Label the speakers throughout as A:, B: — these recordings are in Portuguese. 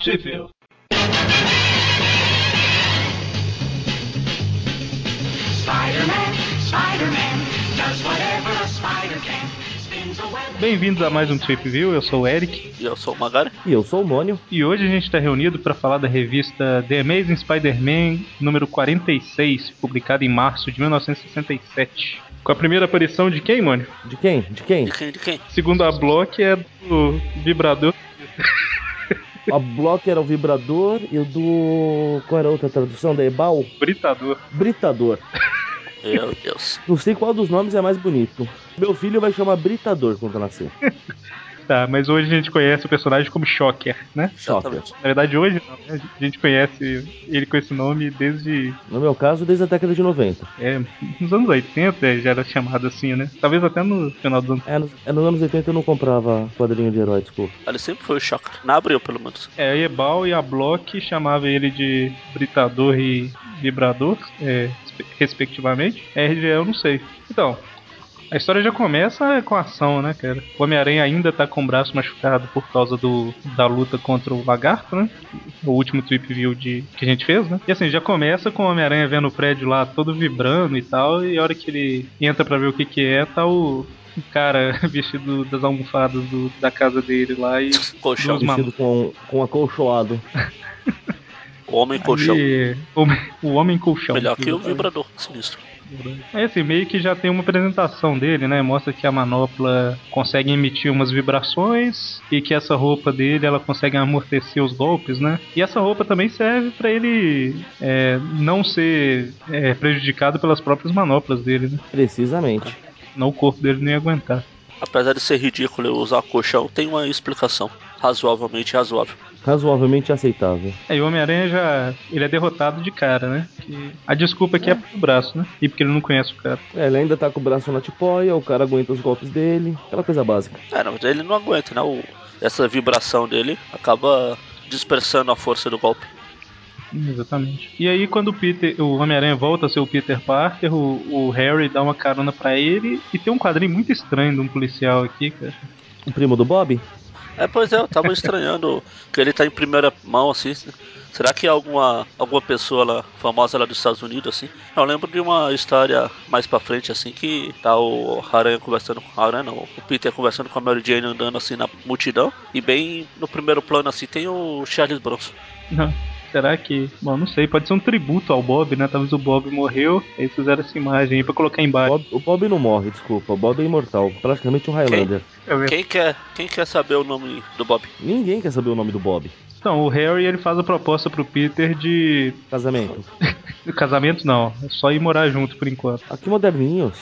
A: Sheffield. Bem-vindos a mais um Trip View, eu sou o Eric.
B: E eu sou o Magari.
C: E eu sou o Mônio.
A: E hoje a gente está reunido para falar da revista The Amazing Spider-Man número 46, publicada em março de 1967. Com a primeira aparição de quem, Mônio?
C: De quem? De quem?
B: De quem? De quem?
A: Segundo a Block, é do vibrador.
C: A Block era o vibrador e o do. Qual era a outra tradução? Da Ebal?
A: Britador.
C: Britador.
B: Meu Deus.
C: Não sei qual dos nomes é mais bonito. Meu filho vai chamar Britador quando nascer.
A: Tá, mas hoje a gente conhece o personagem como Shocker, né?
C: Shocker.
A: Na verdade, hoje não, né? a gente conhece ele com esse nome desde
C: No meu caso, desde a década de 90.
A: é, nos anos 80, já era chamado assim, né? Talvez até no final dos anos.
C: É, nos, é, nos anos 80 eu não comprava quadrinho de herói, tipo, desculpa.
B: Ele sempre foi o Shocker. Na Abril, pelo menos.
A: É, a Ebal e a Block chamava ele de Britador e Vibrador, é, respe- respectivamente. RGE eu não sei. Então, a história já começa com a ação, né, cara? O Homem-Aranha ainda tá com o braço machucado por causa do, da luta contra o lagarto, né? O último trip view de, que a gente fez, né? E assim, já começa com o Homem-Aranha vendo o prédio lá todo vibrando e tal, e a hora que ele entra pra ver o que que é, tá o o cara vestido das almofadas do- da casa dele lá e
B: Colchão.
A: Os Duas-
C: Vestido com, com acolchoado.
B: O Homem Colchão.
A: E o, o homem colchão.
B: Melhor que o Vibrador. Sinistro.
A: É assim, meio que já tem uma apresentação dele, né? Mostra que a manopla consegue emitir umas vibrações e que essa roupa dele ela consegue amortecer os golpes, né? E essa roupa também serve pra ele é, não ser é, prejudicado pelas próprias manoplas dele, né?
C: Precisamente.
A: Não o corpo dele não ia aguentar.
B: Apesar de ser ridículo eu usar colchão, tem uma explicação. Razoavelmente razoável.
C: Razoavelmente aceitável.
A: Aí É, o Homem-Aranha já. Ele é derrotado de cara, né? Que a desculpa aqui é pro braço, né? E porque ele não conhece o cara.
C: É, ele ainda tá com o braço na tipóia, o cara aguenta os golpes dele, aquela coisa básica.
B: É, não, mas ele não aguenta, né? O- essa vibração dele acaba dispersando a força do golpe.
A: Exatamente. E aí quando o Peter, o Homem-Aranha volta a ser o Peter Parker, o, o Harry dá uma carona pra ele e tem um quadrinho muito estranho de um policial aqui, cara.
C: O primo do Bob?
B: É, pois é, eu tava estranhando que ele tá em primeira mão, assim. Será que é alguma, alguma pessoa lá, famosa lá dos Estados Unidos, assim? Eu lembro de uma história mais pra frente, assim, que tá o Aranha conversando com a Aranha, não, o Peter conversando com a Mary Jane andando, assim, na multidão. E bem no primeiro plano, assim, tem o Charles Bronson.
A: Não. Será que. Bom, não sei, pode ser um tributo ao Bob, né? Talvez o Bob morreu, aí fizeram essa imagem aí pra colocar embaixo.
C: Bob- O Bob não morre, desculpa. O Bob é imortal. Praticamente um Highlander.
B: Quem quer, quem quer saber o nome do Bob?
C: Ninguém quer saber o nome do Bob.
A: Então, o Harry ele faz a proposta pro Peter de.
C: Casamento.
A: Casamento não, é só ir morar junto por enquanto.
C: Aqui moderninhos.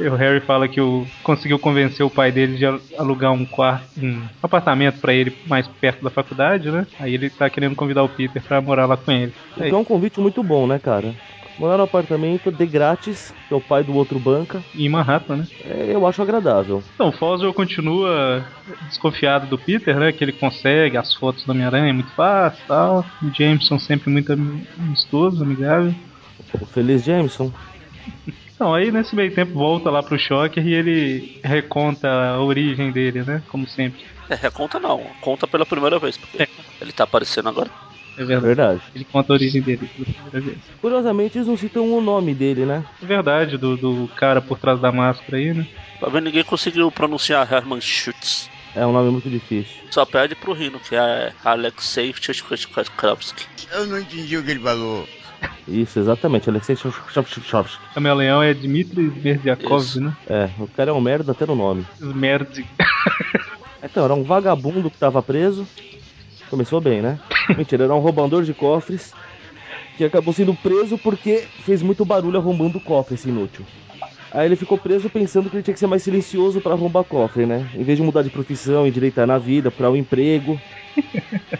A: O Harry fala que o, conseguiu convencer o pai dele de al- alugar um quarto, um apartamento pra ele mais perto da faculdade, né? Aí ele tá querendo convidar o Peter pra morar lá com ele.
C: O que é um convite muito bom, né, cara? Morar no apartamento de grátis, que é o pai do outro banca,
A: E em Manhattan, né?
C: é, eu acho agradável.
A: Então, o Foswell continua desconfiado do Peter, né? Que ele consegue as fotos do Homem-Aranha é muito fácil e tal. O Jameson sempre muito ami- amistoso, amigável.
C: O Feliz Jameson.
A: Então, aí nesse meio tempo volta lá pro Shocker e ele reconta a origem dele, né? Como sempre.
B: É, reconta não, conta pela primeira vez, porque
A: É.
B: ele tá aparecendo agora.
A: É verdade.
C: Verdade.
A: Ele conta a origem dele pela primeira vez.
C: Curiosamente, eles não citam o nome dele, né?
A: Verdade, do, do cara por trás da máscara aí, né?
B: Pra ver, ninguém conseguiu pronunciar Herman Schutz.
C: É um nome muito difícil.
B: Só perde pro Rino, que é Alexei Tchotchkovsky.
D: Eu não entendi o que ele falou.
C: Isso, exatamente. Alexei Shavshavshavsky.
A: Camaleão é Dmitry Smerdiakov,
B: Isso.
A: né?
C: É, o cara é um merda até no nome.
A: Smerd.
C: Então, era um vagabundo que tava preso. Começou bem, né? Mentira, era um roubador de cofres que acabou sendo preso porque fez muito barulho arrombando cofre, esse inútil. Aí ele ficou preso pensando que ele tinha que ser mais silencioso pra arrombar cofre, né? Em vez de mudar de profissão, endireitar na vida, procurar um emprego.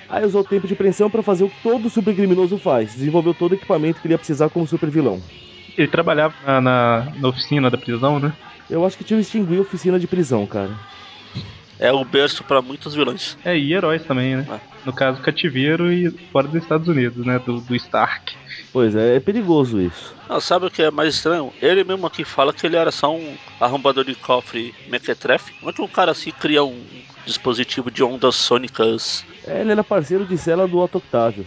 C: Aí usou o tempo de preensão pra fazer o que todo supercriminoso faz. Desenvolveu todo o equipamento que ele ia precisar como supervilão.
A: Ele trabalhava na, na, na oficina da prisão, né?
C: Eu acho que tinha que extinguir a oficina de prisão, cara.
B: É o berço pra muitos vilões.
A: É, e heróis também, né? No caso, cativeiro e fora dos Estados Unidos, né? Do, do Stark.
C: Pois é, é perigoso isso.
B: Não, sabe o que é mais estranho? Ele mesmo aqui fala que ele era só um arrombador de cofre mequetrefe. Como é que um cara assim cria um dispositivo de ondas sônicas
C: É, ele era parceiro de cela do Otto Octavius.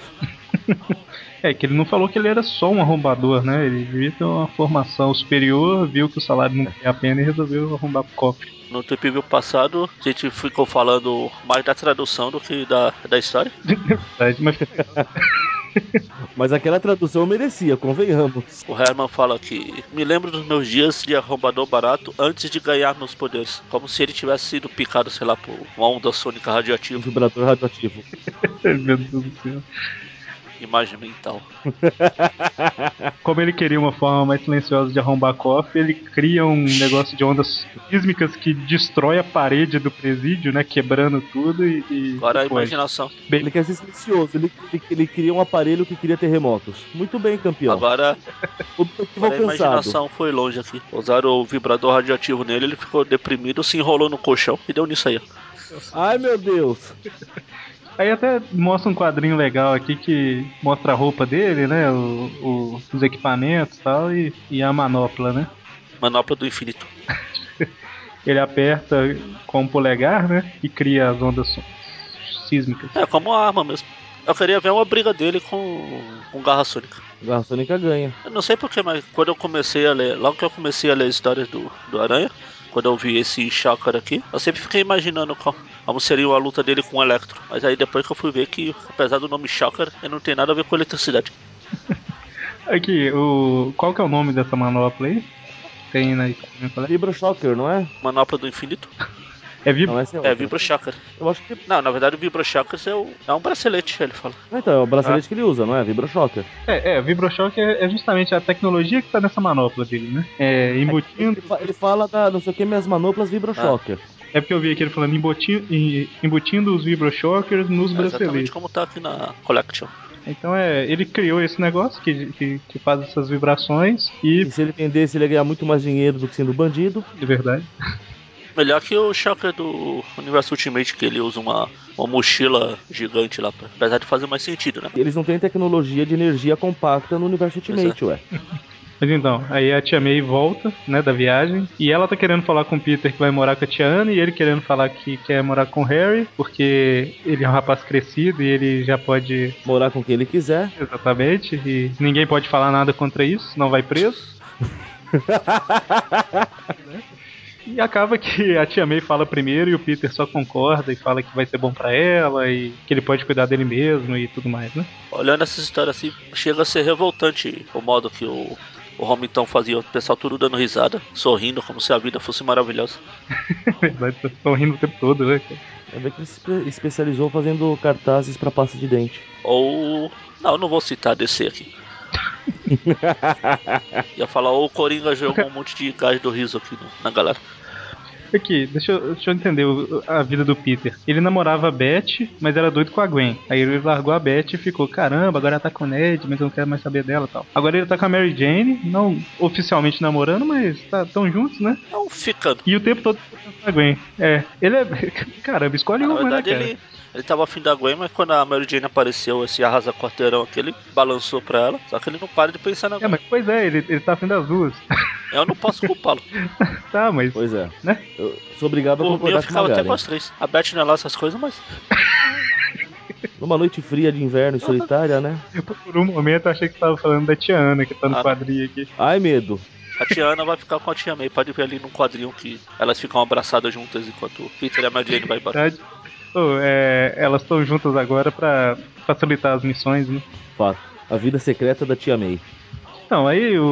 A: É que ele não falou que ele era só um arrombador, né? Ele devia ter uma formação superior, viu que o salário não valia a pena e resolveu arrombar pro cofre.
B: No TPB passado, a gente ficou falando mais da tradução do que da, da história.
A: Mas
C: Mas aquela tradução merecia, convenhamos.
B: O Herman fala que me lembro dos meus dias de arrombador barato antes de ganhar meus poderes. Como se ele tivesse sido picado, sei lá, por uma onda sônica
C: Um
B: radioativa.
C: vibrador radioativo.
A: meu Deus do céu.
B: Imagem mental.
A: Como ele queria uma forma mais silenciosa de arrombar cofre, ele cria um negócio de ondas sísmicas que destrói a parede do presídio, né? Quebrando tudo e. e
B: Agora a
A: e foi.
B: imaginação.
C: Ele quer ser silencioso, ele, ele, ele cria um aparelho que cria terremotos. Muito bem, campeão.
B: Agora,
C: Objetivo
B: agora a
C: alcançado.
B: imaginação foi longe aqui. Usaram o vibrador radioativo nele, ele ficou deprimido, se enrolou no colchão e deu nisso aí. ó.
C: Ai meu Deus!
A: Aí até mostra um quadrinho legal aqui que mostra a roupa dele, né? o- o- os equipamentos e tal, e, e a manopla, né?
B: Manopla do infinito.
A: Ele aperta com o polegar, né? E cria as ondas só- sísmicas.
B: É, como uma arma mesmo. Eu queria ver uma briga dele com, com garra sônica.
C: Garra Sônica ganha.
B: Eu não sei porquê, mas quando eu comecei a ler, logo que eu comecei a ler histórias do, do Aranha, quando eu vi esse chácara aqui, eu sempre fiquei imaginando qual- como seria a luta dele com o Electro. Mas aí depois que eu fui ver que, apesar do nome chácara, ele não tem nada a ver com eletricidade.
A: Aqui, o. Qual que é o nome dessa manopla aí? Tem na
C: Vibra Shocker, não é?
B: Manopla do infinito
A: É vibra.
C: Não, essa é outra.
B: é vibro chácara.
C: Eu acho que.
B: Não, na verdade o vibro chácara é, o- é um bracelete, ele fala.
C: Ah, Então, é o bracelete que ele usa, não é? Vibra Shocker.
A: É, é, Vibroshock é, é justamente a tecnologia que tá nessa manopla dele, né? É,
C: Ele,
A: embutindo.
C: fa- ele fala da não sei o que, minhas manoplas Vibra Shocker.
A: É porque eu vi aqui ele falando embuti- em- embutindo os Vibroshockers nos
B: É exatamente
A: braceletes.
B: como tá aqui na Collection.
A: Então é, ele criou esse negócio que, que, que faz essas vibrações e.
C: E se ele vendesse, ele ia ganhar muito mais dinheiro do que sendo bandido.
A: De verdade.
B: Melhor que o chácara do Universo Ultimate, que ele usa uma, uma mochila gigante lá, pra- apesar de fazer mais sentido, né?
C: Eles não têm tecnologia de energia compacta no universo Ultimate, ué.
A: Mas então, aí a tia May volta, né, da viagem, e ela tá querendo falar com o Peter que vai morar com a tia Anne, e ele querendo falar que quer morar com o Harry, porque ele é um rapaz crescido e ele já pode.
C: Morar com quem ele quiser.
A: Exatamente, e ninguém pode falar nada contra isso, não vai preso. E acaba que a tia May fala primeiro e o Peter só concorda e fala que vai ser bom pra ela e que ele pode cuidar dele mesmo e tudo mais, né?
B: Olhando essas histórias assim, chega a ser revoltante o modo que o, o Homington fazia. O pessoal tudo dando risada, sorrindo, como se a vida fosse maravilhosa.
A: Mas estão rindo o tempo todo, né?
C: É ver que ele se espe- especializou fazendo cartazes pra pasta de dente.
B: Ou. Não, eu não vou citar DC aqui. Ia falar, ou o Coringa jogou um monte de gás do riso aqui no- na galera.
A: Aqui, deixa eu, deixa eu entender o- a vida do Peter. Ele namorava a Beth, mas era doido com a Gwen. Aí ele largou a Beth e ficou, caramba, agora ela tá com o Ned, mas eu não quero mais saber dela e tal. Agora ele tá com a Mary Jane, não oficialmente namorando, mas tá, tão juntos, né?
B: Não É um ficando.
A: E o tempo todo ele tá pensando na Gwen. É, ele é... Caramba, escolhe
B: Na
A: uma, né,
B: verdade,
A: cara?
B: ele, ele tava afim da Gwen, mas quando a Mary Jane apareceu, esse arrasa-quarteirão aqui, ele balançou pra ela. Só que ele não para de pensar na
A: É,
B: Gwen.
A: mas pois é, ele, ele tá afim das duas.
B: Eu não posso culpá-lo.
A: tá, mas...
C: Pois é.
A: Né?
C: Eu sou obrigado a
B: Por mim, eu
C: concordar com o
B: ficava até com
C: Magaren.
B: as três. A Beth não é lá essas coisas, mas.
C: Numa noite fria de inverno e solitária, né?
A: Por um momento eu achei que você tava falando da Tia Ana, que tá no
B: Ah.
A: quadrinho aqui.
C: Ai, medo.
B: A tia Ana vai ficar com a tia May, pode ver ali num quadrinho que elas ficam abraçadas juntas enquanto o Peter e a Mary Jane vai embora.
A: Verdade. Ô, é, elas estão juntas agora pra facilitar as missões, né?
C: Fato. A vida secreta da tia May.
A: Então, aí o,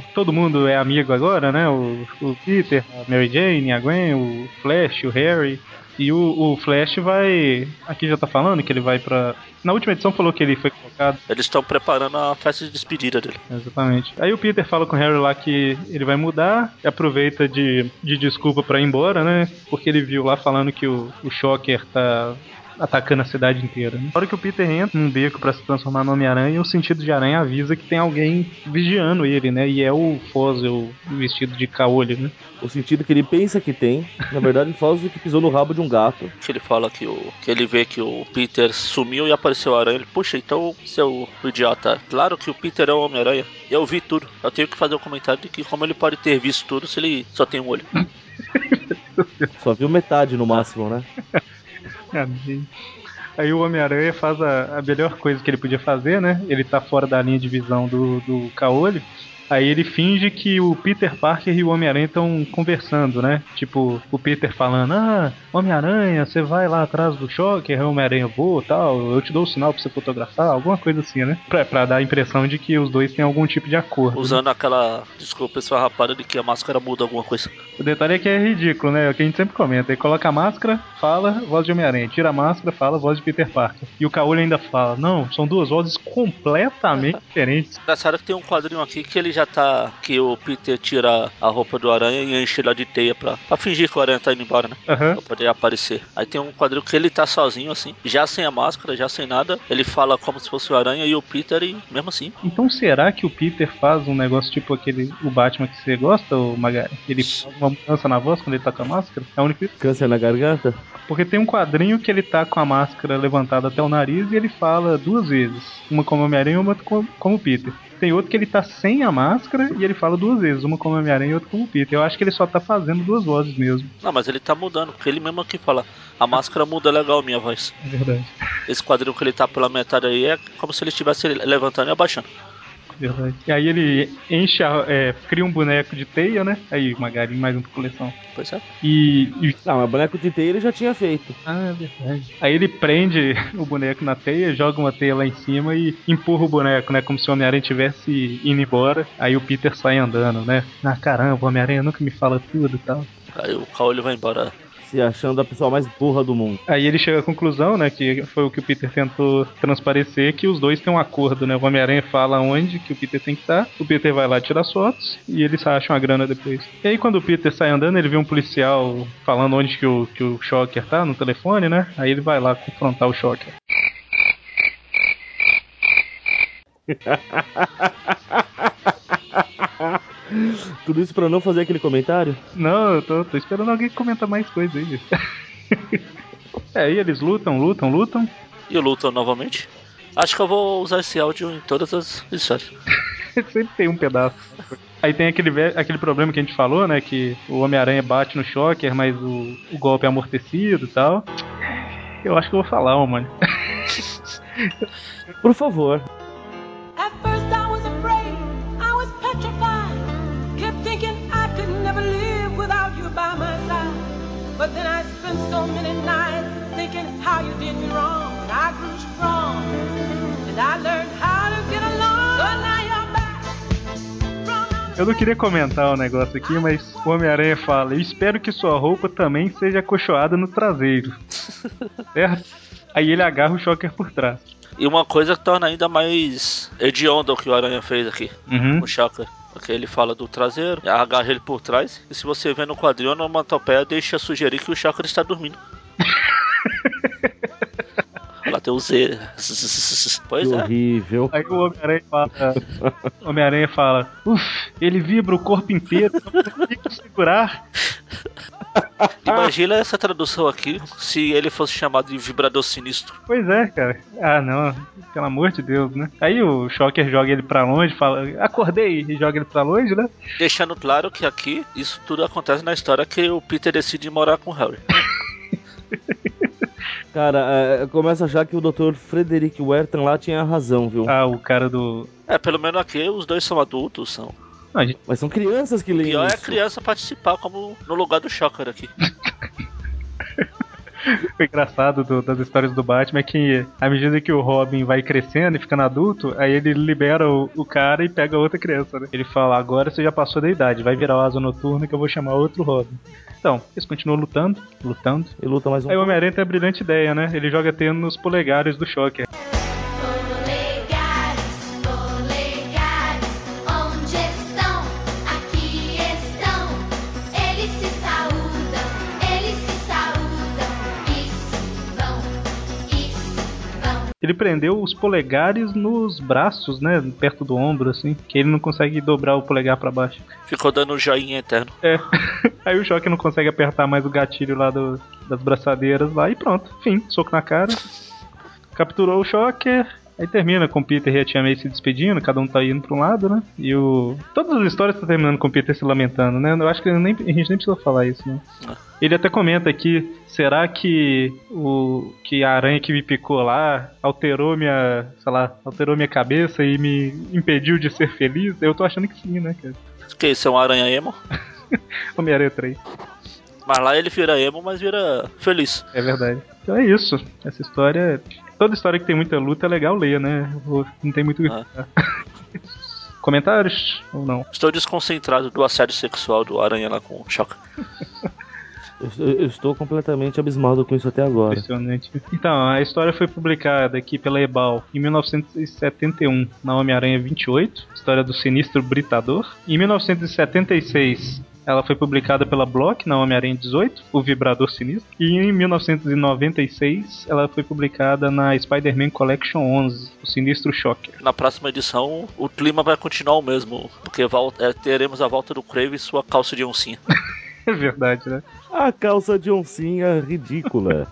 A: o- todo mundo é amigo agora, né? O, o Peter, a Mary Jane, a Gwen, o Flash, o Harry. E o, o Flash vai. Aqui já tá falando que ele vai pra. Na última edição falou que ele foi colocado.
B: Eles estão preparando a festa de despedida dele.
A: Exatamente. Aí o Peter fala com o Harry lá que ele vai mudar. E aproveita de, de desculpa pra ir embora, né? Porque ele viu lá falando que o, o Shocker tá. Atacando a cidade inteira. Né? Na hora que o Peter entra num beco pra se transformar no Homem-Aranha, o sentido de aranha avisa que tem alguém vigiando ele, né? E é o Fozel vestido de caolho, né?
C: O sentido que ele pensa que tem, na verdade, ele faz o que pisou no rabo de um gato.
B: Que ele fala que, o, que ele vê que o Peter sumiu e apareceu a aranha. Ele, puxa, então, seu idiota, claro que o Peter é o Homem-Aranha. Eu vi tudo. Eu tenho que fazer o comentário de que como ele pode ter visto tudo se ele só tem um olho.
C: Só viu metade no máximo, né?
A: Ah, gente. Aí o Homem-Aranha faz a, a melhor coisa que ele podia fazer, né? Ele tá fora da linha de visão do, do Caolho. Aí ele finge que o Peter Parker e o Homem-Aranha estão conversando, né? Tipo, o Peter falando: Ah, Homem-Aranha, você vai lá atrás do Shocker, Homem-Aranha voa tal, eu te dou o sinal pra você fotografar, alguma coisa assim, né? Pra, pra dar a impressão de que os dois têm algum tipo de acordo.
B: Usando aquela desculpa esfarrapada de que a máscara muda alguma coisa.
A: O detalhe é que é ridículo, né? É o que a gente sempre comenta. Ele coloca a máscara, fala, voz de Homem-Aranha. Tira a máscara, fala, voz de Peter Parker. E o Caolho ainda fala: Não, são duas vozes completamente diferentes.
B: Engraçado que tem um quadrinho aqui que ele já tá. Que o Peter tira a roupa do aranha e enche ela de teia pra, pra fingir que o aranha tá indo embora, né?
A: Aham.
B: Pra poder aparecer. Aí tem um quadril que ele tá sozinho, assim, já sem a máscara, já sem nada. Ele fala como se fosse o aranha e o Peter, e mesmo assim.
A: Então será que o Peter faz um negócio tipo aquele o Batman que você gosta, o Magari? Ele faz uma mudança na voz quando ele tá com a máscara? É a única...
C: Câncer na garganta?
A: Porque tem um quadrinho que ele tá com a máscara levantada até o nariz e ele fala duas vezes. Uma como Homem-Aranha e uma co- como Peter. Tem outro que ele tá sem a máscara e ele fala duas vezes, uma como Homem-Aranha e outra como Peter. Eu acho que ele só tá fazendo duas vozes mesmo.
B: Não, mas ele tá mudando, porque ele mesmo aqui fala: a máscara muda legal minha voz.
A: É verdade,
B: Esse quadril que ele tá pela metade aí é como se ele estivesse levantando e abaixando.
A: é verdade. E aí ele enche a, é, cria um boneco de teia, né? Aí, Magari, mais um pra coleção.
B: Pois é.
A: E, e
C: Não, Ah, mas boneco de teia ele já tinha feito.
A: Ah, é verdade. Aí ele prende o boneco na teia, joga uma teia lá em cima e empurra o boneco, né? Como se o Homem-Aranha tivesse indo embora. Aí o Peter sai andando, né? Ah, caramba, o Homem-Aranha nunca me fala tudo e tal.
B: Aí o Caolho vai embora.
C: Se achando a pessoa mais burra do mundo.
A: Aí ele chega à conclusão, né? Que foi o que o Peter tentou transparecer, que os dois têm um acordo, né? O Homem-Aranha fala onde que o Peter tem que estar, o Peter vai lá tirar as fotos e eles acham a grana depois. E aí quando o Peter sai andando, ele vê um policial falando onde que o, que o Shocker tá no telefone, né? Aí ele vai lá confrontar o Shocker.
C: Tudo isso pra não fazer aquele comentário?
A: Não, eu tô, tô esperando alguém comentar mais coisa aí. é, aí eles lutam, lutam, lutam.
B: E o Luthor novamente. Acho que eu vou usar esse áudio em todas as histórias.
A: Sempre tem um pedaço. Aí tem aquele, ve- aquele problema que a gente falou, né? Que o Homem-Aranha bate no Shocker, mas o, o golpe é amortecido e tal. Eu acho que eu vou falar, ó, mano.
C: Por favor.
E: At first I was afraid, I was petrified. Kept thinking I could never live without you by my side. But then I spent so many nights thinking how you did me wrong. And I grew strong, and I learned how to get along. So now you're back. From out of
A: Eu não queria comentar o negócio aqui, mas o Homem-Aranha fala: Eu espero que sua roupa também seja acolchoada no traseiro. certo? Aí ele agarra o Shocker por trás.
B: E uma coisa que torna ainda mais hedionda o que o Aranha fez aqui.
A: Uhum.
B: o Shocker. Porque ele fala do traseiro, agarra ele por trás, e se você vê no quadril, a onomatopeia deixa sugerir que o Shocker está dormindo. Lá tem o Z. Pois
C: que
B: é.
C: horrível.
A: Aí o Homem-Aranha fala. O Homem-Aranha fala. Uf, ele vibra o corpo inteiro, não consigo segurar.
B: Imagina essa tradução aqui se ele fosse chamado de vibrador sinistro.
A: Pois é, cara. Ah, não. Pelo amor de Deus, né? Aí o Shocker joga ele pra longe, fala. Acordei e joga ele pra longe, né?
B: Deixando claro que aqui isso tudo acontece na história que o Peter decide morar com o Harry.
C: Cara, é, eu começo a achar que o Dr. Frederick Werton lá tinha razão, viu?
A: Ah, o cara do.
B: É, pelo menos aqui os dois são adultos, são.
A: Não, a gente-
C: Mas são crianças que leem
B: Pior é a
C: isso.
B: criança participar, como no lugar do Shocker aqui.
A: O engraçado do- das histórias do Batman é que à medida que o Robin vai crescendo e ficando adulto, aí ele libera o, o cara e pega outra criança, né? Ele fala, agora você já passou da idade, vai virar o asa noturna que eu vou chamar outro Robin. Então, eles continuam lutando, lutando.
C: E luta mais um.
A: Aí o Homem-Aranha tem a brilhante ideia, né? Ele joga teia nos polegares do Shocker.
F: Polegares, polegares, onde estão? Aqui estão. Eles se saúdam, eles se saúdam. E se vão, e se vão.
A: Ele prendeu os polegares nos braços, né? Perto do ombro, assim. Que ele não consegue dobrar o polegar pra baixo.
B: Ficou dando um joinha eterno.
A: É. Aí o Shocker não consegue apertar mais o gatilho lá do- das braçadeiras lá e pronto. Fim, soco na cara. Capturou o Shocker. Aí termina com o Peter e a Tia May se despedindo, cada um tá indo pra um lado, né? E o. Todas as histórias estão terminando com o Peter se lamentando, né? Eu acho que nem- a gente nem precisa falar isso, né? Ele até comenta aqui, será que o que a aranha que me picou lá alterou minha, sei lá, alterou minha cabeça e me impediu de ser feliz? Eu tô achando que sim, né, cara?
B: Que isso é um aranha emo?
A: Homem-Aranha 3.
B: Mas lá ele vira emo, mas vira feliz.
A: É verdade. Então é isso. Essa história. Toda história que tem muita luta é legal ler, né? Vou- Não tem muito. o que
B: Ah.
A: falar. Comentários ou não?
B: Estou desconcentrado do assédio sexual do aranha lá com o Choca.
C: Eu, eu estou completamente abismado com isso até agora.
A: Impressionante. Então, a história foi publicada aqui pela Ebal em 1971, na Homem-Aranha 28, história do sinistro britador. Em 1976, ela foi publicada pela Block na Homem-Aranha 18, o vibrador sinistro. E em 1996, ela foi publicada na Spider-Man Collection 11, o sinistro Shocker.
B: Na próxima edição, o clima vai continuar o mesmo, porque vol- é, teremos a volta do Crave e sua calça de oncinha.
A: É verdade, né?
C: A calça de oncinha ridícula.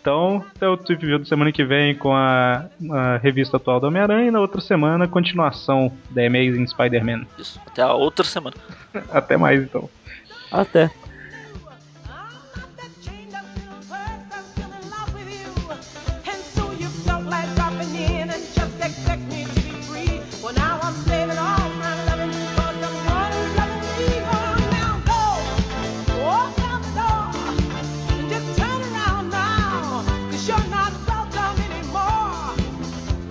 A: Então, até o Tweep View da semana que vem com a, a revista atual do Homem-Aranha e na outra semana, a continuação da Amazing Spider-Man.
B: Isso. Até a outra semana.
A: Até mais, então.
C: Até.
E: You're not welcome anymore.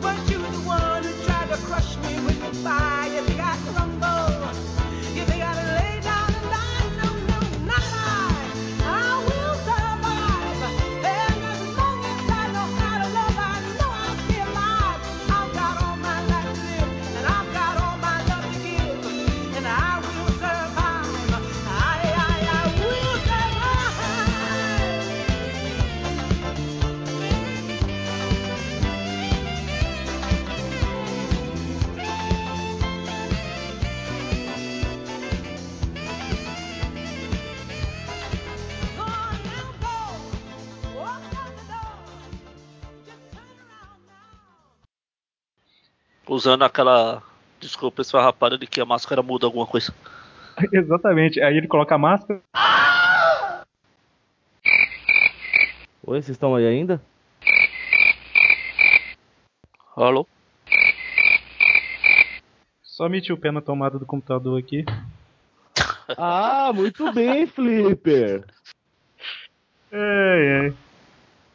E: But you the one who tried to crush me with your fire. You think I crumble? You think I lay down and die? No, no, not I. I will survive. And as long as I know how to love, I know I'll be alive. I've got all my life to live, and I've got all my love to give, and I will survive. I, I, I will survive. Go on now, go. Walk out the door. Just turn around now.
B: Usando aquela desculpa esfarrapada de que a máscara muda alguma coisa.
A: Exatamente. Aí ele coloca a máscara.
C: Oi, vocês estão aí ainda?
B: Alô?
A: Só meti o pé na tomada do computador aqui.
C: Ah, muito bem, Flipper.
A: Ai, ai.